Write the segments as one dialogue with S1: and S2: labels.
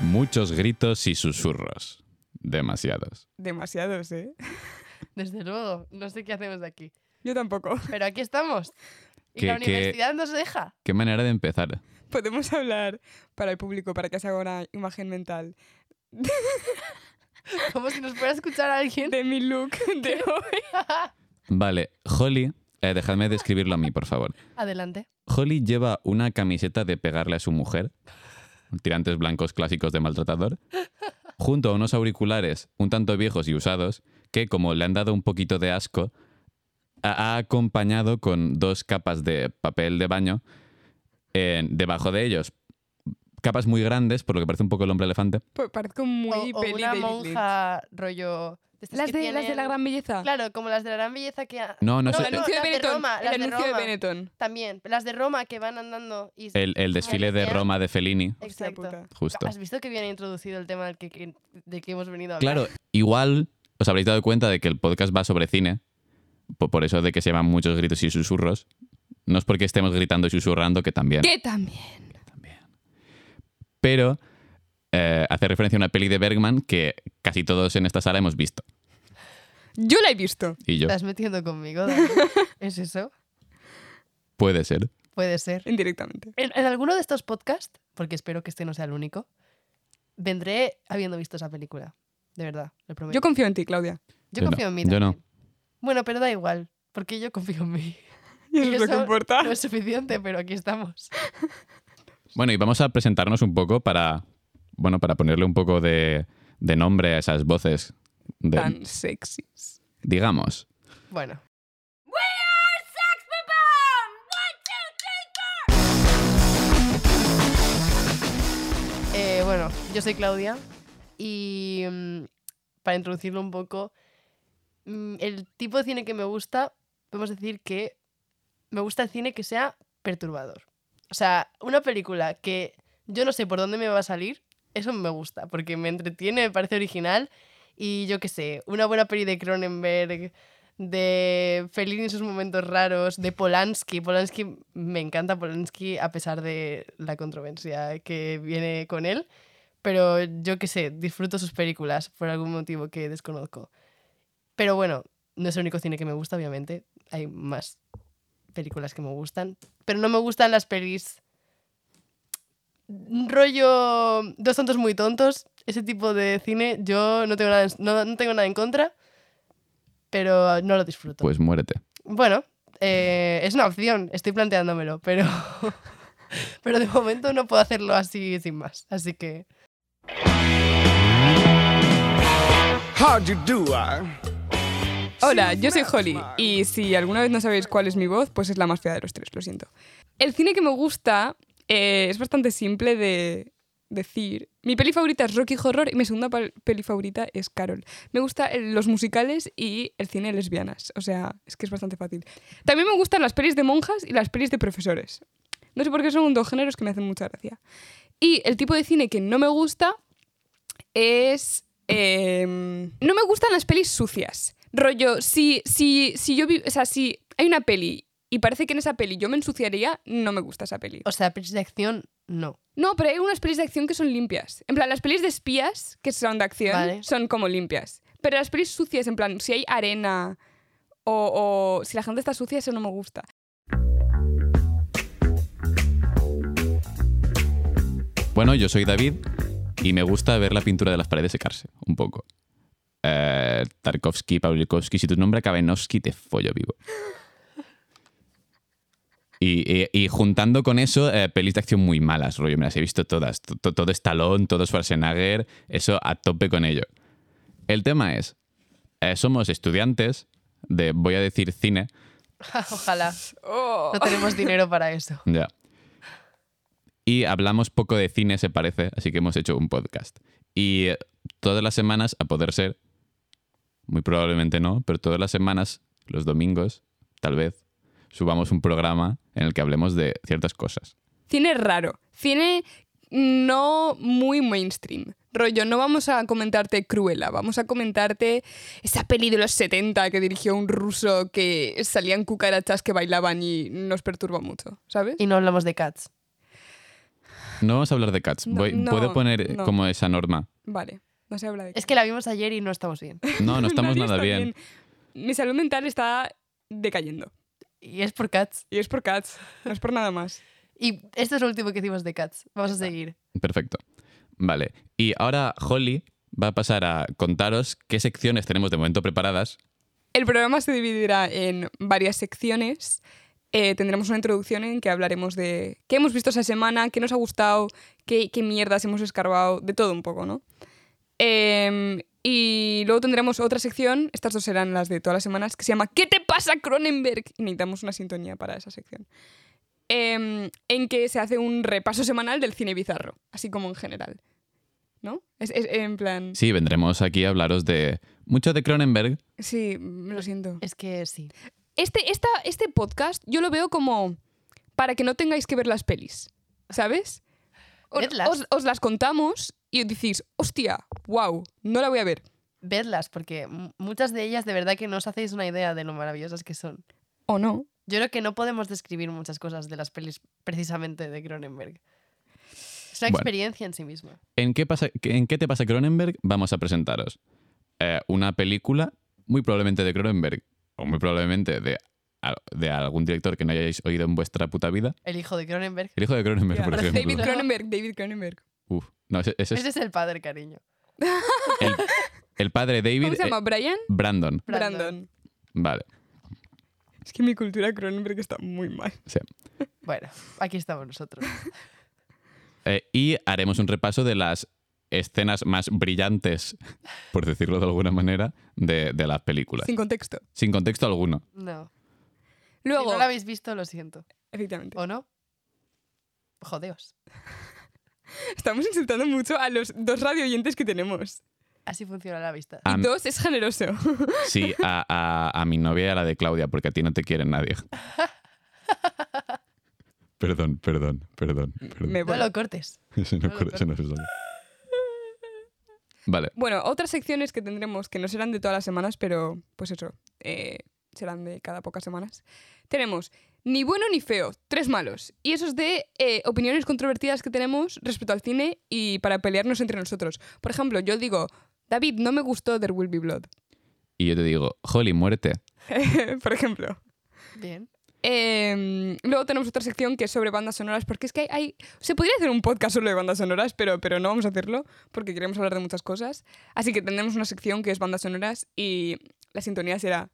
S1: Muchos gritos y susurros. Demasiados.
S2: Demasiados, ¿eh?
S3: Desde luego, no sé qué hacemos de aquí.
S2: Yo tampoco.
S3: Pero aquí estamos. Y
S1: Que-
S3: la
S1: que-
S3: universidad nos deja.
S1: Qué manera de empezar.
S2: Podemos hablar para el público, para que se haga una imagen mental
S3: Como si nos fuera a escuchar alguien.
S2: de mi look de hoy.
S1: Vale, Holly, eh, dejadme describirlo a mí, por favor.
S3: Adelante.
S1: Holly lleva una camiseta de pegarle a su mujer, tirantes blancos clásicos de maltratador, junto a unos auriculares un tanto viejos y usados, que como le han dado un poquito de asco, ha ha acompañado con dos capas de papel de baño eh, debajo de ellos. Capas muy grandes, por lo que parece un poco el hombre elefante.
S2: Pues parezco
S3: O,
S2: muy
S3: o
S2: peli
S3: una
S2: de Lilith.
S3: monja rollo. estas
S2: Las
S3: que
S2: de, las de la
S3: tienen-
S2: gran belleza.
S3: Claro, como las de la gran belleza que. ha-
S1: No, no,
S3: No,
S1: sé.
S2: el anuncio
S3: las
S2: de
S3: de
S2: Benetton.
S3: Roma, las
S2: el
S3: de
S2: anuncio de
S3: Roma.
S2: Benetton.
S3: También. Las de Roma que van andando y.
S1: El, el desfile de
S3: Madre mía.
S1: Roma de Fellini,
S2: Hostia
S3: Exacto.
S2: puta.
S1: justo.
S3: ¿Has visto que bien introducido el tema del que, que- de que hemos venido a hablar?
S1: Claro, igual os habréis dado cuenta de que el podcast va sobre cine, po- por eso de que se llaman muchos gritos y susurros. No es porque estemos gritando y susurrando, que también.
S2: Que también.
S1: Pero eh, hace referencia a una peli de Bergman que casi todos en esta sala hemos visto.
S2: Yo la he visto.
S1: Y yo,
S3: ¿Estás metiendo conmigo, Dani? ¿Es eso?
S1: puede ser.
S3: Puede ser.
S2: Indirectamente.
S3: En, en alguno de estos podcasts, porque espero que este no sea el único, vendré habiendo visto esa película. De verdad, lo prometo.
S2: Yo confío en ti, Claudia.
S3: Yo
S1: Yo no,
S3: confío en mí.
S1: yo
S3: también. Bueno, pero da igual, porque yo confío en mí.
S2: Y eso
S3: Y
S2: es lo
S3: eso
S2: que importa.
S3: No es suficiente, pero aquí estamos.
S1: Bueno, y vamos a presentarnos un poco para, bueno, para ponerle un poco de, de nombre a esas voces. de-
S2: Tan sexys.
S1: digamos,
S3: Bueno. Eh, bueno, yo soy Claudia y mm, para introducirlo un poco, mm, el tipo de cine que me gusta, podemos decir que me gusta el cine que sea perturbador. O sea, una película que yo no sé por dónde me va a salir, eso me gusta, porque me entretiene, me parece original y yo qué sé, una buena peli de Cronenberg, de Fellini en sus momentos raros, de Polanski. Polanski, me encanta Polanski a pesar de la controversia que viene con él, pero yo qué sé, disfruto sus películas por algún motivo que desconozco. Pero bueno, no es el único cine que me gusta, obviamente, hay más películas que me gustan, pero no me gustan las pelis mm, rollo dos tontos muy tontos, ese tipo de cine yo no tengo nada en- no- no tengo nada en contra, pero no lo disfruto.
S1: pues muérete.
S3: Bueno, eh, es una opción, estoy planteándomelo, pero, pero de momento no puedo hacerlo así sin más. Así que
S4: How'd you do, uh? I?
S2: Hola, yo soy Holly y si alguna vez no sabéis cuál es mi voz, pues es la más fea de los tres, lo siento. El cine que me gusta eh, es bastante simple de decir. Mi peli favorita es Rocky Horror y mi segunda pal- peli favorita es Carol. Me gustan eh, los musicales y el cine lesbianas, o sea, es que es bastante fácil. También me gustan las pelis de monjas y las pelis de profesores. No sé por qué son dos géneros que me hacen mucha gracia. Y el tipo de cine que no me gusta es. em, no me gustan las pelis sucias. Rollo, si, si, si yo vi- O sea, si hay una peli y parece que en esa peli yo me ensuciaría, no me gusta esa peli.
S3: O sea, pelis de acción, no.
S2: No, pero hay unas pelis de acción que son limpias. En plan, las pelis de espías, que son de acción,
S3: Vale.
S2: son como limpias. Pero las pelis sucias, en plan, si hay arena o, o si la gente está sucia, eso no me gusta.
S1: Bueno, yo soy David y me gusta ver la pintura de las paredes secarse un poco. Eh, Tarkovsky, Pawlikowski, si tu nombre acaba en Oski, te follo vivo. Y, y- y juntando con eso, eh, pelis de acción muy malas, rollo, me las he visto todas. To- to- Todo Stallone, todo Schwarzenegger, eso a tope con ello. El tema es, eh, somos estudiantes de, voy a decir, cine,
S3: Ojalá. No tenemos dinero para eso.
S1: ya. Y hablamos poco de cine, se parece, así que hemos hecho un podcast. Y eh, todas las semanas, a poder ser, muy probablemente no, pero todas las semanas, los domingos, tal vez, subamos un programa en el que hablemos de ciertas cosas.
S2: Cine raro. Cine no muy mainstream. Rollo, no vamos a comentarte Cruella, vamos a comentarte esa peli de los 70 que dirigió un ruso que salían cucarachas que bailaban y nos perturba mucho, ¿sabes?
S3: Y no hablamos de cats.
S1: No vamos a hablar de Cats.
S2: No,
S1: Voy-
S2: no,
S1: Puedo poner
S2: no.
S1: como esa norma.
S2: Vale, no se habla de
S3: Es que la vimos ayer y no estamos bien.
S1: No, no estamos
S2: Nadie
S1: nada
S2: está
S1: bien.
S2: Mi salud mental está decayendo.
S3: Y es por Cats.
S2: Y es por Cats, no es por nada más.
S3: Y esto es lo último que hicimos de Cats. Vamos a seguir.
S1: Perfecto. Vale. Y ahora Holly va a pasar a contaros qué secciones tenemos de momento preparadas.
S2: El programa se dividirá en varias secciones. Eh, tendremos una introducción en que hablaremos de qué hemos visto esa semana, qué nos ha gustado, qué, qué mierdas hemos escarbado, de todo un poco, ¿no? Em, y luego tendremos otra sección, estas dos serán las de todas las semanas, que se llama ¿Qué te pasa, Cronenberg? Y necesitamos una sintonía para esa sección. Em, en que se hace un repaso semanal del cine bizarro, así como en general. ¿No? Es, es- en plan.
S1: Sí, vendremos aquí a hablaros de mucho de Cronenberg.
S2: Sí, lo siento.
S3: Es que sí.
S2: este, esta, este podcast yo lo veo como para que no tengáis que ver las pelis, ¿sabes? O-
S3: Vedlas.
S2: Os, os las contamos y decís, hostia, wow, no la voy a ver.
S3: Vedlas, porque mu- muchas de ellas de verdad que no os hacéis una idea de lo maravillosas que son.
S2: ¿O no?
S3: Yo creo que no podemos describir muchas cosas de las pelis precisamente de Cronenberg. Es una
S1: Bueno.
S3: experiencia en sí misma.
S1: ¿En qué, pasa, ¿En qué te pasa Cronenberg? Vamos a presentaros eh, una película muy probablemente de Cronenberg o muy probablemente de, al- de algún director que no hayáis oído en vuestra puta vida.
S3: El hijo de Cronenberg.
S1: El hijo de Cronenberg,
S2: Ya,
S1: por
S3: pero
S1: ejemplo.
S2: David Cronenberg, David Cronenberg.
S1: Uf, no, ese, ese es
S3: Ese es el padre, cariño.
S1: el, el padre de
S2: ¿Cómo
S1: David,
S2: se llama?
S1: eh,
S2: ¿Brian?
S1: Brandon.
S3: Brandon.
S2: Brandon.
S1: Vale.
S2: Es que mi cultura Cronenberg está muy mal.
S3: Bueno, aquí estamos nosotros.
S1: Eh, y haremos un repaso de las escenas más brillantes, por decirlo de alguna manera, de, de las películas.
S2: Sin contexto.
S1: Sin contexto alguno.
S3: No.
S2: Luego,
S3: si no lo habéis visto, lo siento.
S2: efectivamente,
S3: ¿O no? Jodeos.
S2: estamos insultando mucho a los dos radio oyentes que tenemos.
S3: Así funciona la vista.
S1: Ah. Am-
S2: Dos es generoso.
S1: Sí, a, a- a mi novia y a la de Claudia, porque a ti no te quiere nadie. Perdón, perdón, perdón, perdón.
S2: Me
S3: No
S2: voy.
S3: lo cortes.
S1: Eso no,
S3: no,
S1: cor- eso no se sabe. Vale,
S2: Bueno, otras secciones que tendremos, que no serán de todas las semanas, pero pues eso, eh, serán de cada pocas semanas. Tenemos Ni bueno ni feo, tres malos. Y eso es de eh, opiniones controvertidas que tenemos respecto al cine y para pelearnos entre nosotros. Por ejemplo, yo digo, David, no me gustó There Will Be Blood,
S1: y yo te digo, Holly, muerte.
S2: por ejemplo.
S3: Bien.
S2: Eh, luego tenemos otra sección que es sobre bandas sonoras, porque es que hay, hay- Se podría hacer un podcast solo de bandas sonoras, pero, pero no vamos a hacerlo, porque queremos hablar de muchas cosas. Así que tendremos una sección que es bandas sonoras y la sintonía será...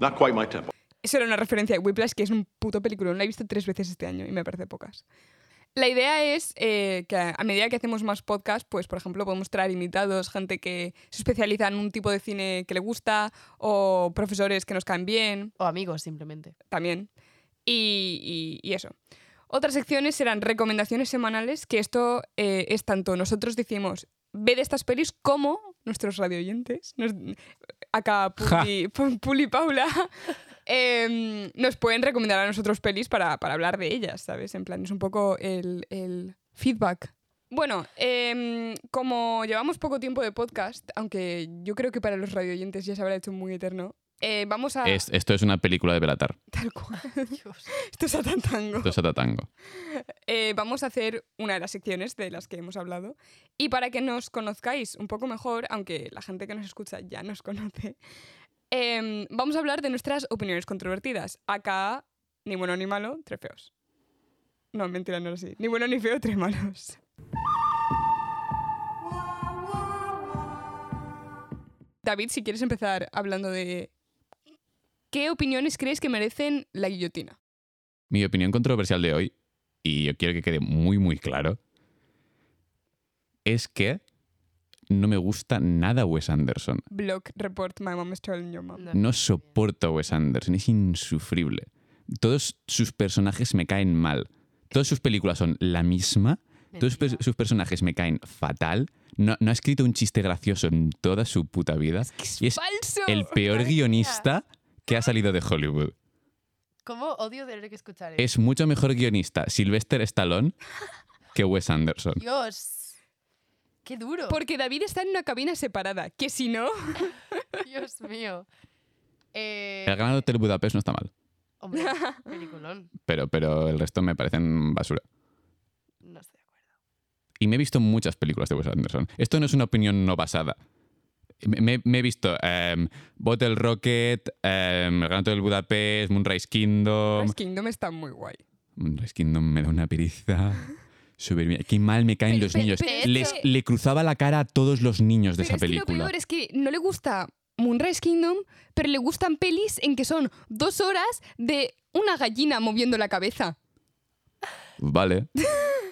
S5: Not quite my tempo.
S2: Eso era una referencia a Whiplash, que es un puto película. La he visto tres veces este año y me parece pocas. La idea es eh, que a a medida que hacemos más podcasts, pues por ejemplo podemos traer invitados, gente que se especializa en un tipo de cine que le gusta o profesores que nos caen bien
S3: O amigos, simplemente.
S2: también. Y, y- y eso. Otras secciones serán recomendaciones semanales, que esto eh, es tanto nosotros decimos, ve de estas pelis, como nuestros radioyentes, nos, acá Puli, Pu- Puli Paula, em, nos pueden recomendar a nosotros pelis para, para hablar de ellas, ¿sabes? En plan, es un poco el, el feedback. Bueno, em, como llevamos poco tiempo de podcast, aunque yo creo que para los radioyentes ya se habrá hecho muy eterno, eh, vamos a...
S1: Es- esto es una película de Belatar.
S2: Tal cual.
S3: Dios.
S2: Esto es Atantango.
S1: Esto es Atatango.
S2: Eh, vamos a hacer una de las secciones de las que hemos hablado. Y para que nos conozcáis un poco mejor, aunque la gente que nos escucha ya nos conoce, em, vamos a hablar de nuestras opiniones controvertidas. Acá, ni bueno ni malo, tres feos. No, mentira, no era así. Ni bueno ni feo, tres malos. David, si quieres empezar hablando de... ¿Qué opiniones crees que merecen la guillotina?
S1: Mi opinión controversial de hoy, y yo quiero que quede muy, muy claro, es que no me gusta nada Wes Anderson.
S2: Blog report my mom is telling your mom.
S3: No.
S1: No soporto a Wes Anderson, es insufrible. Todos sus personajes me caen mal. Todas sus películas son la misma. Todos
S3: Mentira.
S1: pe- sus personajes me caen fatal. No, no ha escrito un chiste gracioso en toda su puta vida. Y es
S2: ¡Falso!
S1: el peor guionista que ha salido de Hollywood.
S3: ¿Cómo odio tener que escuchar eso?
S1: Es mucho mejor guionista Sylvester Stallone que Wes Anderson.
S3: Dios. Qué duro.
S2: Porque David está en una cabina separada, que si no...
S3: Dios mío. Eh,
S1: El Gran Hotel Budapest no está mal,
S3: Hombre, peliculón.
S1: pero, pero el resto me parecen basura.
S3: No estoy de acuerdo.
S1: y me he visto muchas películas de Wes Anderson. Esto no es una opinión no basada. Me, me- me he visto em, Bottle Rocket, em, El Gato del Budapest, Moonrise Kingdom.
S2: Moonrise Kingdom está muy guay.
S1: Moonrise Kingdom me da una pereza. Subir, qué mal me caen
S2: Pero-
S1: los
S2: pero-
S1: niños.
S2: pero es
S1: Les,
S2: que-
S1: le cruzaba la cara a todos los niños de
S2: Pero
S1: esa
S2: es que lo
S1: película.
S2: peor es que no le gusta Moonrise Kingdom, pero le gustan pelis en que son dos horas de una gallina moviendo la cabeza.
S1: Vale.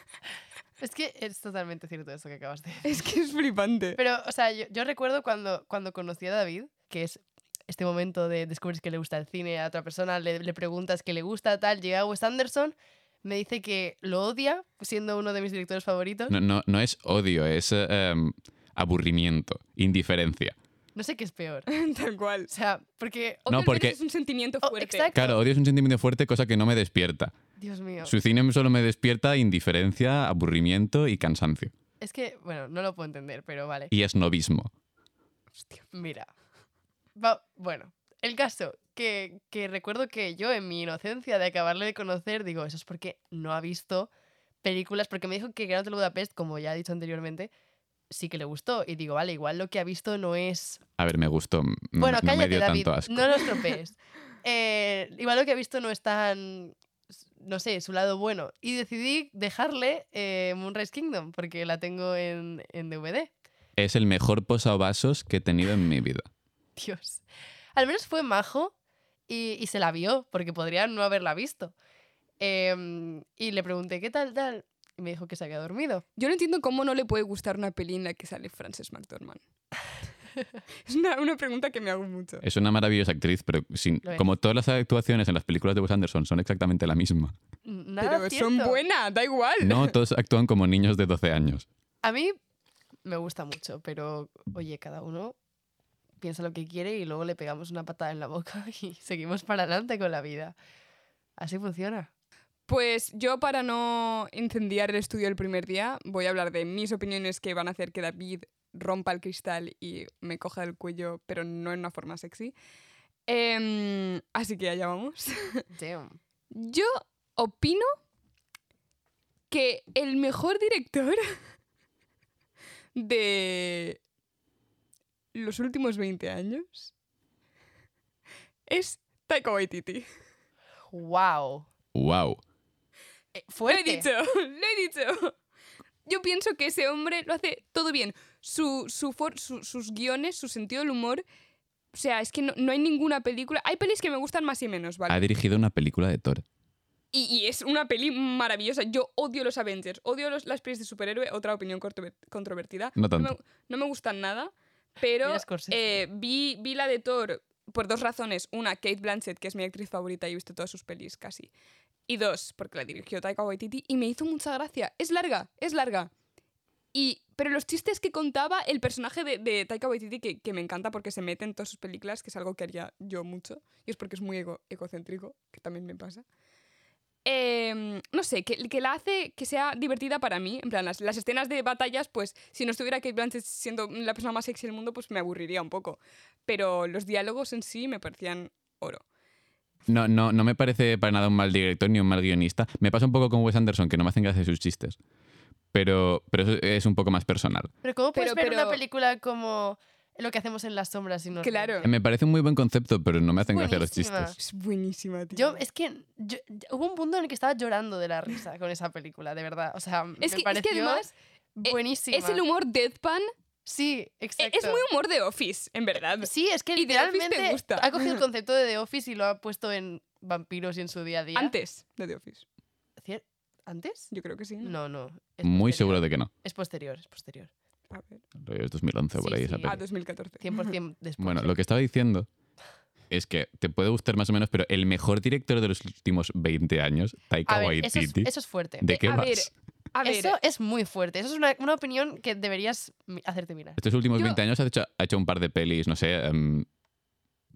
S3: Es que es totalmente cierto eso que acabas de decir.
S2: Es que es flipante.
S3: Pero, o sea, yo, yo recuerdo cuando, cuando conocí a David, que es este momento de descubres que le gusta el cine a otra persona, le, le preguntas que le gusta, tal, llega Wes Anderson, me dice que lo odia, siendo uno de mis directores favoritos. No,
S1: No, no, no es odio, es eh, em, aburrimiento, indiferencia.
S3: sé qué es peor.
S2: Tal cual.
S3: O sea, porque...
S1: No,
S2: Otras
S1: porque-
S2: veces es un sentimiento
S3: Oh,
S2: fuerte.
S3: exacto.
S1: Claro, odio es un sentimiento fuerte, cosa que no me despierta.
S3: Dios mío.
S1: Su cine solo me despierta indiferencia, aburrimiento y cansancio.
S3: Es que, bueno, no lo puedo entender, pero vale.
S1: Y esnovismo.
S3: Mira. Va- bueno, el caso, que, que recuerdo que yo en mi inocencia de acabarle de conocer, digo, eso es porque no ha visto películas, porque me dijo que Gran Hotel Budapest, como ya he dicho anteriormente, sí que le gustó. Y digo, vale, igual lo que ha visto no es...
S1: A ver, me gustó. No,
S3: bueno,
S1: no me
S3: cállate,
S1: dio
S3: David,
S1: tanto asco.
S3: no lo estropees. Eh, igual lo que ha visto no es tan... No sé, su lado bueno. Y decidí dejarle eh, Moonrise Kingdom, porque la tengo en, en DVD.
S1: Es el mejor posavasos que he tenido en mi vida.
S3: Dios. Al menos fue majo y, y se la vio, porque podría no haberla visto. Em, y le pregunté, ¿qué tal, tal? Y me dijo que se había dormido.
S2: Yo no entiendo cómo no le puede gustar una peli en la que sale Frances McDormand. es una, una pregunta que me hago mucho.
S1: Es una maravillosa actriz, pero sin-
S3: Lo es.
S1: como todas las actuaciones en las películas de Wes Anderson son exactamente la misma.
S3: N- Nada
S2: Pero son
S3: cierto.
S2: buenas, da igual.
S1: No, todos actúan como niños de 12 años.
S3: A mí me gusta mucho, pero oye, cada uno piensa lo que quiere y luego le pegamos una patada en la boca y seguimos para adelante con la vida. Así funciona.
S2: Pues yo para no incendiar el estudio el primer día, voy a hablar de mis opiniones que van a hacer que David rompa el cristal y me coja el cuello, pero no en una forma sexy. Em, así que allá vamos.
S3: Damn.
S2: Yo opino que el mejor director de los últimos 20 años es Taika Waititi.
S3: Wow.
S1: ¡Wow!
S2: Eh,
S3: Fuerte.
S2: Lo he dicho, lo he dicho. Yo pienso que ese hombre lo hace todo bien. Su, su for- su- sus guiones, su sentido del humor. O sea, es que no, no hay ninguna película. Hay pelis que me gustan más y menos, ¿vale?
S1: Ha dirigido una película de Thor.
S2: Y, y es una peli maravillosa. Yo odio los Avengers, odio los- las pelis de superhéroe, otra opinión cortover- controvertida.
S1: No
S2: me-
S1: tanto.
S2: no me gustan nada, pero
S3: Mira Scorsese.
S2: eh, vi, vi la de Thor por dos razones. Una, Kate Blanchett, que es mi actriz favorita y he visto todas sus pelis casi. Y dos, porque la dirigió Taika Waititi y me hizo mucha gracia. Es larga, es larga. Y, pero los chistes que contaba el personaje de, de Taika Waititi, que, que me encanta porque se mete en todas sus películas, que es algo que haría yo mucho, y es porque es muy ego- egocéntrico, que también me pasa. Em, no sé, que, que la hace que sea divertida para mí. En plan, las, las escenas de batallas, pues si no estuviera Kate Blanchett siendo la persona más sexy del mundo, pues me aburriría un poco. Pero los diálogos en sí me parecían oro.
S1: No, no, no me parece para nada un mal director ni un mal guionista. Me pasa un poco con Wes Anderson, que no me hacen gracia sus chistes. Pero, pero eso es un poco más personal.
S3: Pero ¿cómo puedes
S2: Pero-
S3: ver una
S2: pero-
S3: película como lo que hacemos en las sombras y no
S2: Claro.
S1: Me parece un muy buen concepto, pero no me hacen gracia los
S3: Buenísima.
S1: chistes.
S2: Es buenísima, tío.
S3: Yo, es que yo- yo- hubo un punto en el que estaba llorando de la risa con esa película, de verdad. O sea, me
S2: que- es que
S3: pareció
S2: además, eh,
S3: buenísima.
S2: es el humor deadpan.
S3: Sí,
S2: E-
S3: exacto.
S2: Es muy humor de Office, en verdad.
S3: Sí, es que
S2: Y The Office te
S3: literalmente
S2: gusta.
S3: ha cogido el concepto de The Office y lo ha puesto en vampiros y en su día a día.
S2: Antes de The Office.
S3: Cier- ¿Antes?
S2: Yo creo que sí. ¿no?
S3: No, no. es
S1: Muy
S3: posterior.
S1: seguro de que no.
S3: Es posterior, es posterior.
S2: A ver.
S1: Es 2011 por
S3: Sí,
S1: ahí
S3: sí.
S1: esa peli.
S2: Ah, 2014.
S3: 100% después.
S1: Bueno,
S2: Pues
S1: lo que estaba diciendo es que te puede gustar más o menos, pero el mejor director de los últimos 20 años, Taika
S3: a ver, eso es,
S1: Waititi.
S3: eso es fuerte.
S1: ¿De
S2: Eh,
S1: qué
S2: a
S1: vas?
S2: ver, A ver,
S3: Eso es muy fuerte. Eso es una, una opinión que deberías mi- hacerte mirar.
S1: Estos últimos
S2: yo-
S1: 20 años ha hecho, ha hecho un par de pelis, no sé, em,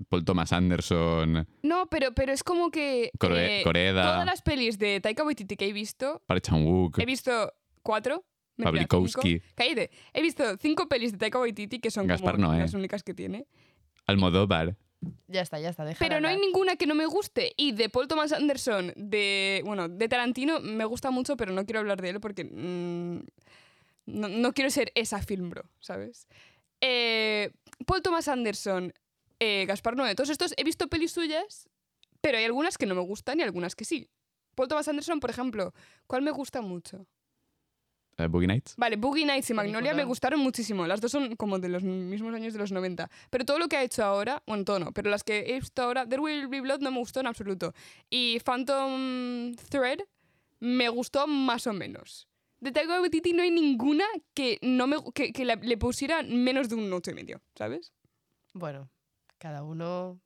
S1: Paul Thomas Anderson,
S2: no, pero, pero es como que...
S1: Core-
S2: eh,
S1: Coreda,
S2: Todas las pelis de Taika Waititi que he visto,
S1: Park Chan-wook,
S2: he visto cuatro. mentira, cinco.
S1: Pavlikovsky,
S2: Cállate. He visto cinco pelis de Taika Waititi que son
S1: Gaspar
S2: como
S1: Noé.
S2: las únicas que tiene.
S1: Almodóvar.
S3: Ya está, ya está. déjala
S2: Pero no hay
S3: hablar.
S2: ninguna que no me guste. Y de Paul Thomas Anderson, de, bueno, de Tarantino, me gusta mucho, pero no quiero hablar de él porque... mm, No, no quiero ser esa film bro, ¿sabes? Eh, Paul Thomas Anderson, eh, Gaspar Noé, todos estos he visto pelis suyas, pero hay algunas que no me gustan y algunas que sí. Paul Thomas Anderson, por ejemplo, ¿cuál me gusta mucho?
S1: Eh, Boogie Nights.
S2: Vale, Boogie Nights y Magnolia
S3: Película.
S2: me gustaron muchísimo. Las dos son como de los mismos años de los 90. Pero todo lo que ha hecho ahora, bueno, todo no, pero las que he visto ahora, There Will Be Blood no me gustó en absoluto. Y Phantom Thread me gustó más o menos. De Taika Waititi no hay ninguna que, no me, que, que la- le pusiera menos de un 8,5, y medio, ¿sabes?
S3: Bueno, cada uno.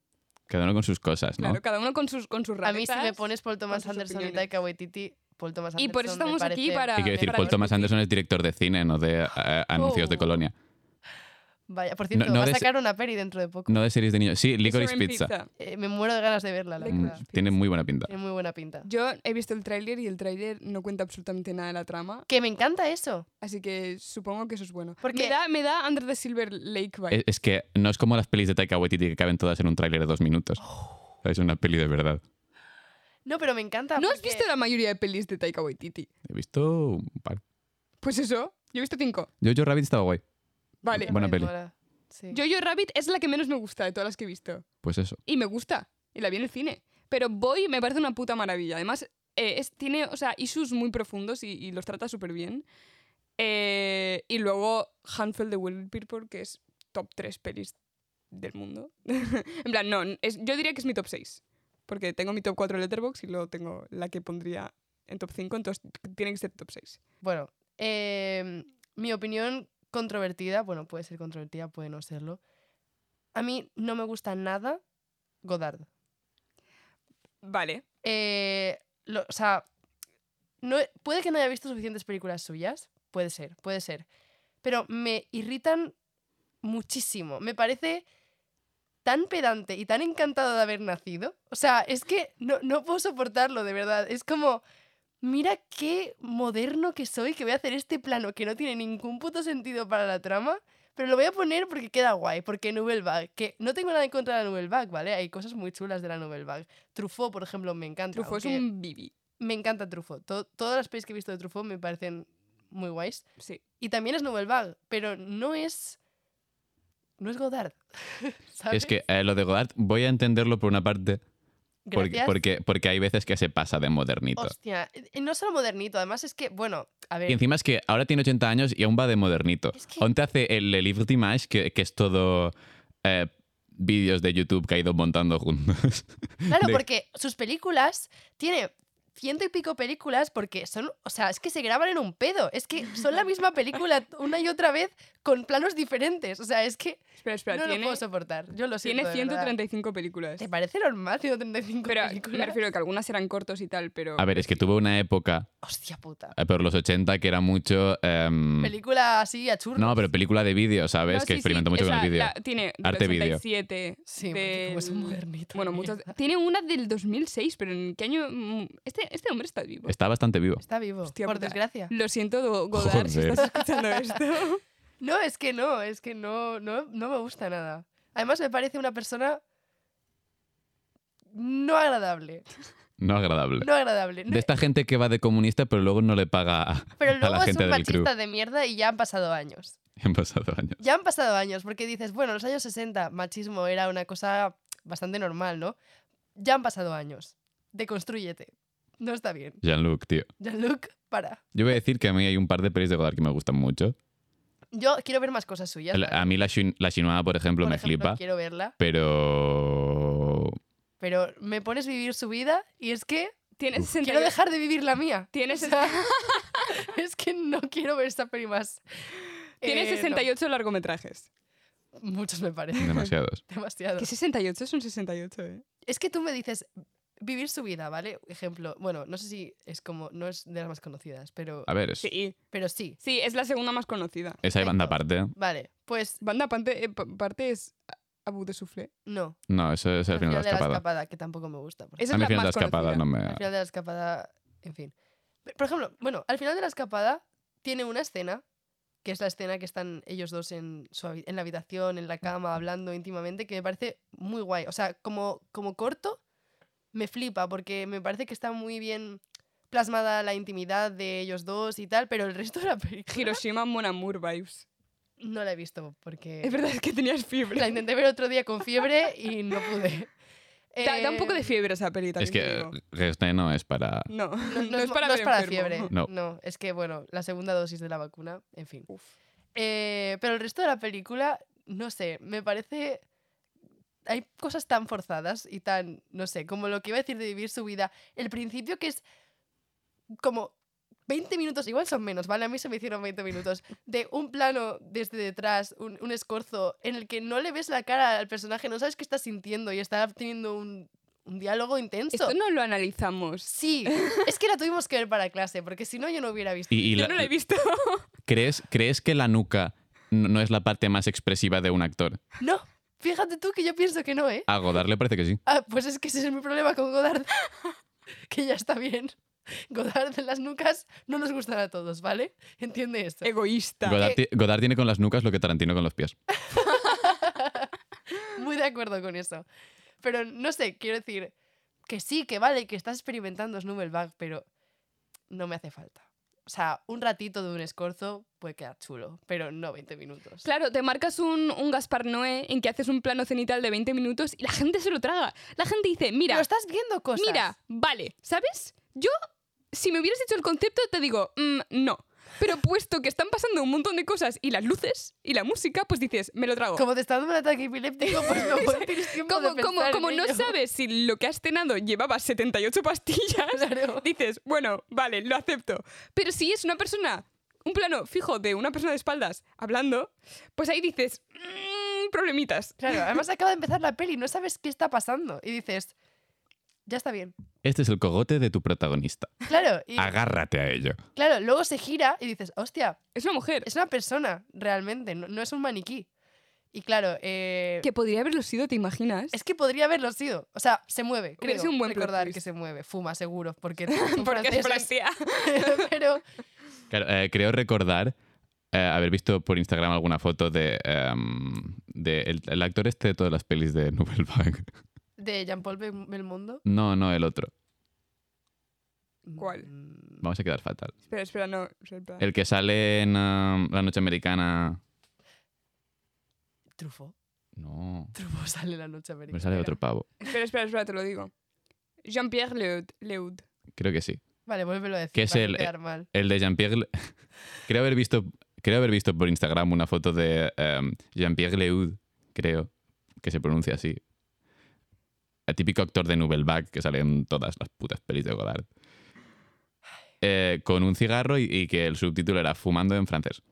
S1: Cada uno con sus cosas, ¿no?
S2: Claro, cada uno con sus, con sus
S3: A mí si me
S2: rarezas.
S3: pones Paul Thomas
S2: sus
S3: Anderson
S2: opiniones.
S3: y Taika Waititi, Paul Thomas
S2: Y
S3: Anderson
S2: por eso
S3: me
S2: estamos aquí
S3: parece-
S2: para...
S1: Y quiero decir,
S2: para
S1: Paul Thomas
S2: discutir.
S1: Anderson es director de cine, no de eh, anuncios de
S2: Oh.
S1: colonia.
S3: Vaya, por cierto,
S1: no
S3: va a
S1: de-
S3: sacar una peli dentro de poco.
S1: No de series de niños. Sí, Licorice
S2: Eso en
S1: Pizza.
S3: Eh, me muero de ganas de verla, la
S2: Le-
S1: Mm,
S3: verdad.
S1: Tiene muy buena pinta.
S3: Tiene muy buena pinta.
S2: Yo he visto el tráiler y el tráiler no cuenta absolutamente nada de la trama,
S3: Que me encanta eso.
S2: así que supongo que eso es bueno.
S3: Porque-
S2: me da me da Under the Silver Lake vibe.
S1: Es, es que no es como las pelis de Taika Waititi que caben todas en un tráiler de dos minutos.
S2: Oh.
S1: Es una peli de verdad.
S3: No, pero me encanta.
S2: ¿No has
S3: porque-
S2: visto la mayoría de pelis de Taika Waititi?
S1: He visto un par.
S2: Pues eso, yo he visto cinco.
S1: Jojo Rabbit estaba guay.
S2: Vale.
S1: Buena peli.
S3: mola. Sí.
S2: Jojo Rabbit es la que menos me gusta de todas las que he visto.
S1: Pues eso.
S2: Y me gusta, y la vi en el cine. Pero Boy me parece una puta maravilla. Además, eh, es- tiene o sea, issues muy profundos y, y los trata súper bien. Eh, y luego Handful de Will People, que es top 3 pelis del mundo. en plan, no, es- yo diría que es mi top 6. Porque tengo mi top 4 Letterbox y luego tengo la que pondría en top 5, entonces tiene que ser top 6.
S3: Bueno, eh, mi opinión controvertida, bueno, puede ser controvertida, puede no serlo. A mí no me gusta nada Godard.
S2: Vale.
S3: Eh, lo- o sea, no, he- puede que no haya visto suficientes películas suyas, puede ser, puede ser. Pero me irritan muchísimo. Me parece tan pedante y tan encantado de haber nacido. O sea, es que no, no puedo soportarlo, de verdad. Es como, mira qué moderno que soy, que voy a hacer este plano que no tiene ningún puto sentido para la trama. Pero lo voy a poner porque queda guay, porque Nouvelle Vague, que no tengo nada en contra de la Nouvelle Vague, ¿vale? Hay cosas muy chulas de la Nouvelle Vague. Truffaut, por ejemplo, me encanta.
S2: Truffaut es
S3: aunque-
S2: un bibi.
S3: me encanta Truffaut. To- todas las pelis que he visto de Truffaut me parecen muy guays.
S2: Sí.
S3: Y también es Nouvelle Vague, pero no es... No es Godard. ¿Sabes?
S1: Es que eh, lo de Godard voy a entenderlo por una parte porque,
S3: Gracias.
S1: porque, porque hay veces que se pasa de modernito.
S3: Hostia, eh, no solo modernito, además es que, bueno, a ver...
S1: Y encima es que ahora tiene 80 años y aún va de modernito.
S3: Es que-
S1: Aún te hace el, el Live Image, que, que es todo eh, vídeos de YouTube que ha ido montando juntos.
S3: Claro,
S1: de-
S3: porque sus películas tiene ciento y pico películas porque son, o sea, es que se graban en un pedo, es que son la misma película una y otra vez con planos diferentes, o sea, es que
S2: Espera, espera,
S3: no lo
S2: tiene,
S3: puedo soportar. Yo lo siento.
S2: tiene
S3: de verdad.
S2: 135 películas.
S3: ¿Te parece normal 135
S2: Pero
S3: películas?
S2: me refiero a que algunas eran cortos y tal, pero...
S1: A ver, es que tuvo una época,
S3: Hostia puta.
S1: eh, por los 80, que era mucho... em,
S3: Película así a churros.
S1: no, pero película de vídeo, ¿sabes?
S2: No,
S1: que
S2: sí, sí,
S1: experimenta mucho
S2: o
S1: con
S2: sea,
S1: el vídeo.
S2: la- Tiene
S1: Arte
S2: Arte
S1: vídeo.
S2: 87.
S3: Sí, porque como es un
S2: del-
S3: modernito.
S2: Bueno,
S3: de
S2: muchas.
S3: mierda.
S2: Tiene una del 2006, pero ¿en qué año? mm, Este, este hombre está vivo.
S1: Está bastante vivo.
S3: Está vivo,
S2: Hostia
S3: por
S2: puta.
S3: desgracia.
S2: Lo siento, Do- Godard, si
S1: Joder.
S2: estás escuchando esto.
S3: No, es que no, es que no, no, no me gusta nada. Además, me parece una persona no agradable.
S1: No agradable.
S3: No agradable. No-
S1: De esta gente que va de comunista, pero luego no le paga a,
S3: pero
S1: a
S3: luego
S1: la
S3: es
S1: gente
S3: un
S1: del crew.
S3: machista de mierda y ya han pasado años.
S1: Han pasado años.
S3: Ya han pasado años, porque dices, bueno, en los años 60 machismo era una cosa bastante normal, ¿no? Ya han pasado años. Deconstrúyete. No está bien.
S1: Jean-Luc, tío.
S3: Jean-Luc, para.
S1: Yo voy a decir que a mí hay un par de pelis de Godard que me gustan mucho.
S3: Yo quiero ver más cosas suyas.
S1: El-
S3: ¿vale?
S1: a mí la, Shin- la Chinoa, por ejemplo,
S3: Por
S1: me
S3: ejemplo,
S1: flipa,
S3: Quiero verla.
S1: pero...
S3: pero me pones vivir su vida y es que
S2: Tiene 60
S3: quiero dejar de vivir la mía.
S2: Tiene,
S3: O sea, es que no quiero ver esta peli más.
S2: tiene
S3: Eh, no.
S2: 68 largometrajes.
S3: Muchos me parecen
S1: Demasiados.
S3: demasiado.
S2: Que 68 son 68, ¿eh?
S3: Es que tú me dices vivir su vida, ¿vale? Ejemplo, bueno, no sé si es como, no es de las más conocidas, pero,
S1: A ver, es-
S2: Sí.
S3: pero sí.
S2: Sí, es la segunda más conocida.
S1: esa hay banda aparte.
S3: Vale, pues
S2: Banda parte, eh, pa- parte es Abu de Soufflé.
S3: no.
S1: No, eso es el
S3: Al final
S1: final de la escapada.
S3: escapada, que tampoco me gusta. por
S2: Esa
S1: a
S2: es
S1: mí
S2: la
S1: el final de la
S2: más
S1: escapada
S2: conocida.
S1: no me...
S3: Al final de la escapada, en fin. Pe- Por ejemplo, bueno, al final de la escapada tiene una escena, que es la escena que están ellos dos en, su habi- en la habitación,
S2: Mm.
S3: en la cama, hablando íntimamente, que me parece muy guay. O sea, como, como corto, me flipa, porque me parece que está muy bien plasmada la intimidad de ellos dos y tal, pero el resto de la película
S2: Hiroshima Mon Amour vibes.
S3: no la he visto porque
S2: Es verdad, es que tenías
S3: la
S2: fiebre.
S3: intenté ver otro día con fiebre y no pude.
S2: Da, da un
S3: Eh,
S2: poco de fiebre esa peli también
S1: es
S2: te
S1: que
S2: digo.
S1: este no es para...
S2: No, no,
S3: no,
S2: es para,
S3: no
S2: ver
S3: es para
S2: enfermo.
S3: fiebre.
S1: No.
S3: No. es que, bueno, la segunda dosis de la vacuna, en fin.
S2: Uf.
S3: Eh, pero el resto de la película, no sé, me parece... Hay cosas tan forzadas y tan, no sé, como lo que iba a decir de vivir su vida. El principio que es como 20 minutos, igual son menos, ¿vale? A mí se me hicieron 20 minutos, de un plano desde detrás, un, un escorzo, en el que no le ves la cara al personaje, no sabes qué está sintiendo y está teniendo un, un diálogo intenso.
S2: Esto no lo analizamos.
S3: Sí, es que la tuvimos que ver para clase, porque si no yo no hubiera visto.
S1: Y, y
S2: Yo
S1: la-
S2: no la he visto.
S1: ¿crees, ¿Crees que la nuca no no es la parte más expresiva de un actor?
S3: No, fíjate tú que yo pienso que no, ¿eh?
S1: A Godard le parece que sí.
S3: Ah, pues es que ese es mi problema con Godard, que ya está bien. Godard de las nucas no nos gustan a todos, ¿vale? Entiende
S2: Eh.
S3: esto.
S2: Egoísta.
S1: Godard, ti- Godard tiene con las nucas lo que Tarantino con los pies.
S3: Muy de acuerdo con eso. Pero no sé, quiero decir que sí, que vale, que estás experimentando Snowbellbag, pero no me hace falta. O sea, un ratito de un escorzo puede quedar chulo, pero no 20 minutos.
S2: Claro, te marcas un, un Gaspar Noé en que haces un plano cenital de 20 minutos y la gente se lo traga. La gente dice, mira,
S3: Pero estás viendo cosas.
S2: mira, vale, ¿sabes? Yo, si me hubieras dicho el concepto, te digo, "Mm, no. Pero puesto que están pasando un montón de cosas y las luces y la música, pues dices, me lo trago.
S3: Como te está dando un ataque epiléptico, pues no puedes- tienes tiempo
S2: Como,
S3: de
S2: como-
S3: pensar
S2: como
S3: en
S2: no
S3: ello.
S2: sabes si lo que has cenado llevaba 78 pastillas,
S3: Claro.
S2: dices, bueno, vale, lo acepto. Pero si es una persona, un plano fijo de una persona de espaldas hablando, pues ahí dices, "Mm, problemitas.
S3: Claro, además acaba de empezar la peli, no sabes qué está pasando. Y dices, ya está bien.
S1: Este es el cogote de tu protagonista.
S3: Claro, y
S1: Ah. Agárrate a ello.
S3: claro, luego se gira y dices, hostia,
S2: Es una mujer.
S3: es una persona realmente, no, no es un maniquí. Y claro, eh,
S2: Que podría haberlo sido, ¿te imaginas?
S3: es que podría haberlo sido. O sea, se mueve, creo.
S2: Hubiera sido un buen plot
S3: recordar
S2: twist.
S3: que se mueve, fuma seguro, porque
S2: Porque es Francia.
S3: Pero
S1: Claro, eh, creo recordar eh, haber visto por Instagram alguna foto de, em, de el, el actor este de todas las pelis de Nouvelle Vague.
S3: de Jean-Paul Bel- Belmondo.
S1: No, no, el otro.
S2: ¿Cuál?
S3: Mm,
S1: Vamos a quedar fatal.
S2: espera, espera, no. espera.
S1: El que sale en em, La Noche Americana.
S3: Truffaut.
S1: No,
S3: Truffaut sale la noche
S1: me
S3: americana.
S1: sale otro pavo.
S2: Espera, espera, espera, te lo digo. Jean-Pierre Leud. Leud.
S1: Creo que sí.
S3: Vale, vuélvelo a decir.
S1: Que es
S3: para no
S1: el- eh,
S3: quedar mal.
S1: El de Jean-Pierre. Le- creo, haber visto, creo haber visto por Instagram una foto de em, Jean-Pierre Leud, creo, que se pronuncia así. El típico actor de Nouvelle Vague que sale en todas las putas pelis de Godard. Eh, con un cigarro y, y que el subtítulo era Fumando en francés.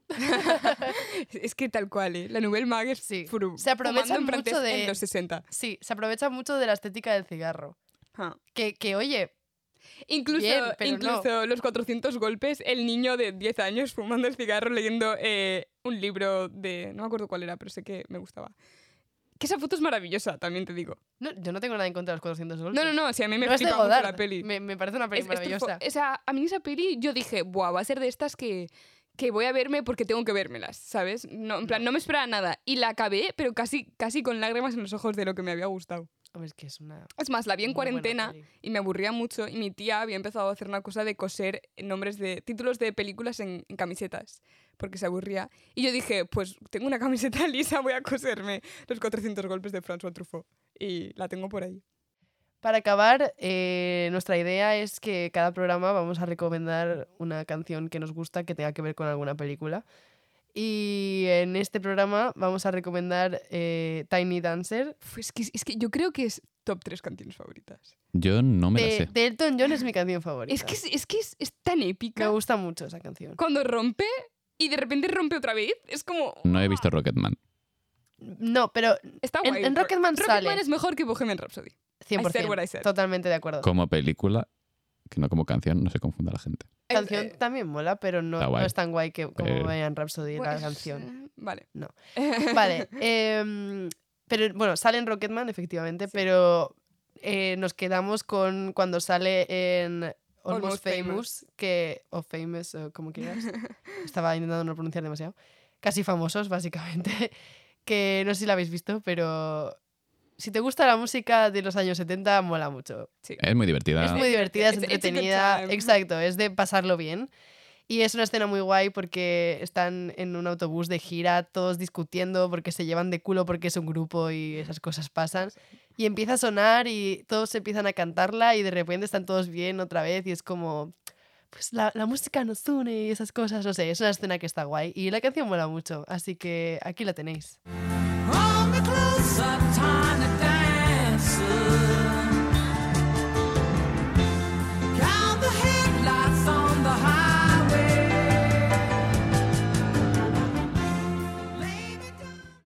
S2: Es que tal cual, ¿eh? La Nouvelle Mague es
S3: Sí.
S2: furu-
S3: Se aprovechan
S2: fumando en francés
S3: mucho de-
S2: en los 60.
S3: Sí, se aprovecha mucho de la estética del cigarro.
S2: Ah.
S3: Que, que oye,
S2: Incluso,
S3: Bien, pero no.
S2: incluso los 400 golpes, el niño de 10 años fumando el cigarro, leyendo eh, un libro de... No me acuerdo cuál era, pero sé que me gustaba. Que esa foto es maravillosa, también te digo.
S3: no- yo no tengo nada en contra de los 400
S2: No,
S3: golpes.
S2: no, no, si a mí me
S3: No es de
S2: flipa mucho
S3: Godard.
S2: la peli.
S3: Me, me parece una peli
S2: Es- esto
S3: maravillosa.
S2: fue- o sea, a mí esa peli yo dije, buah, va a ser de estas que, que voy a verme porque tengo que vérmelas, ¿sabes? No, en plan, no me esperaba nada. Y la acabé, pero casi, casi con lágrimas en los ojos de lo que me había gustado.
S3: Hombre, es que es una...
S2: Es más, la vi en
S3: Muy buena
S2: cuarentena
S3: peli.
S2: y me aburría mucho y mi tía había empezado a hacer una cosa de coser nombres de títulos de películas en, en camisetas porque se aburría. Y yo dije, pues tengo una camiseta lisa, voy a coserme los 400 golpes de François Truffaut. Y la tengo por ahí.
S3: Para acabar, eh, nuestra idea es que cada programa vamos a recomendar una canción que nos gusta que tenga que ver con alguna película. Y en este programa vamos a recomendar eh, Tiny Dancer.
S2: Uf, es, que, es que yo creo que es top 3 canciones favoritas.
S1: Yo no me la
S3: De,
S1: sé.
S3: Eh, de Elton John es mi canción favorita.
S2: Es que es, es que es, es tan
S3: me
S2: épica.
S3: gusta mucho esa canción.
S2: Cuando rompe y de repente rompe otra vez, es como...
S1: No he visto Rocketman.
S3: No, pero
S2: Está
S3: En-
S2: guay.
S3: en Rocketman sale.
S2: es mejor que Bohemian Rhapsody. what I said.
S3: 100%. Totalmente de acuerdo.
S1: Como película, que no como canción, no se confunda la gente.
S2: Eh,
S3: canción
S2: eh,
S3: también mola, pero no,
S1: Está
S3: no
S1: guay. Eh,
S3: es tan guay que como
S1: Pero-
S3: vayan Rhapsody la
S2: pues, mm.
S3: canción.
S2: eh, Vale.
S3: No. Vale. em, pero bueno, sale en Rocketman, efectivamente, pero eh, nos quedamos con cuando sale en
S2: Almost
S3: Almost, Famous,
S2: Famous.
S3: que. O Famous, o como quieras. Estaba intentando no pronunciar demasiado. Casi famosos, básicamente. Que no sé si la habéis visto, pero si te gusta la música de los años 70, mola mucho.
S1: Es muy divertida.
S3: Es muy divertida, es
S2: It's- it's a good
S3: entretenida.
S2: time.
S3: Exacto, es de pasarlo bien. Y es una escena muy guay porque están en un autobús de gira, todos discutiendo porque se llevan de culo porque es un grupo y esas cosas pasan. Y empieza a sonar y todos empiezan a cantarla y de repente están todos bien otra vez y es como, pues la, la música nos une y esas cosas, no sé, es una escena que está guay. Y la canción mola mucho, así que aquí la tenéis.
S6: Hold me closer, time to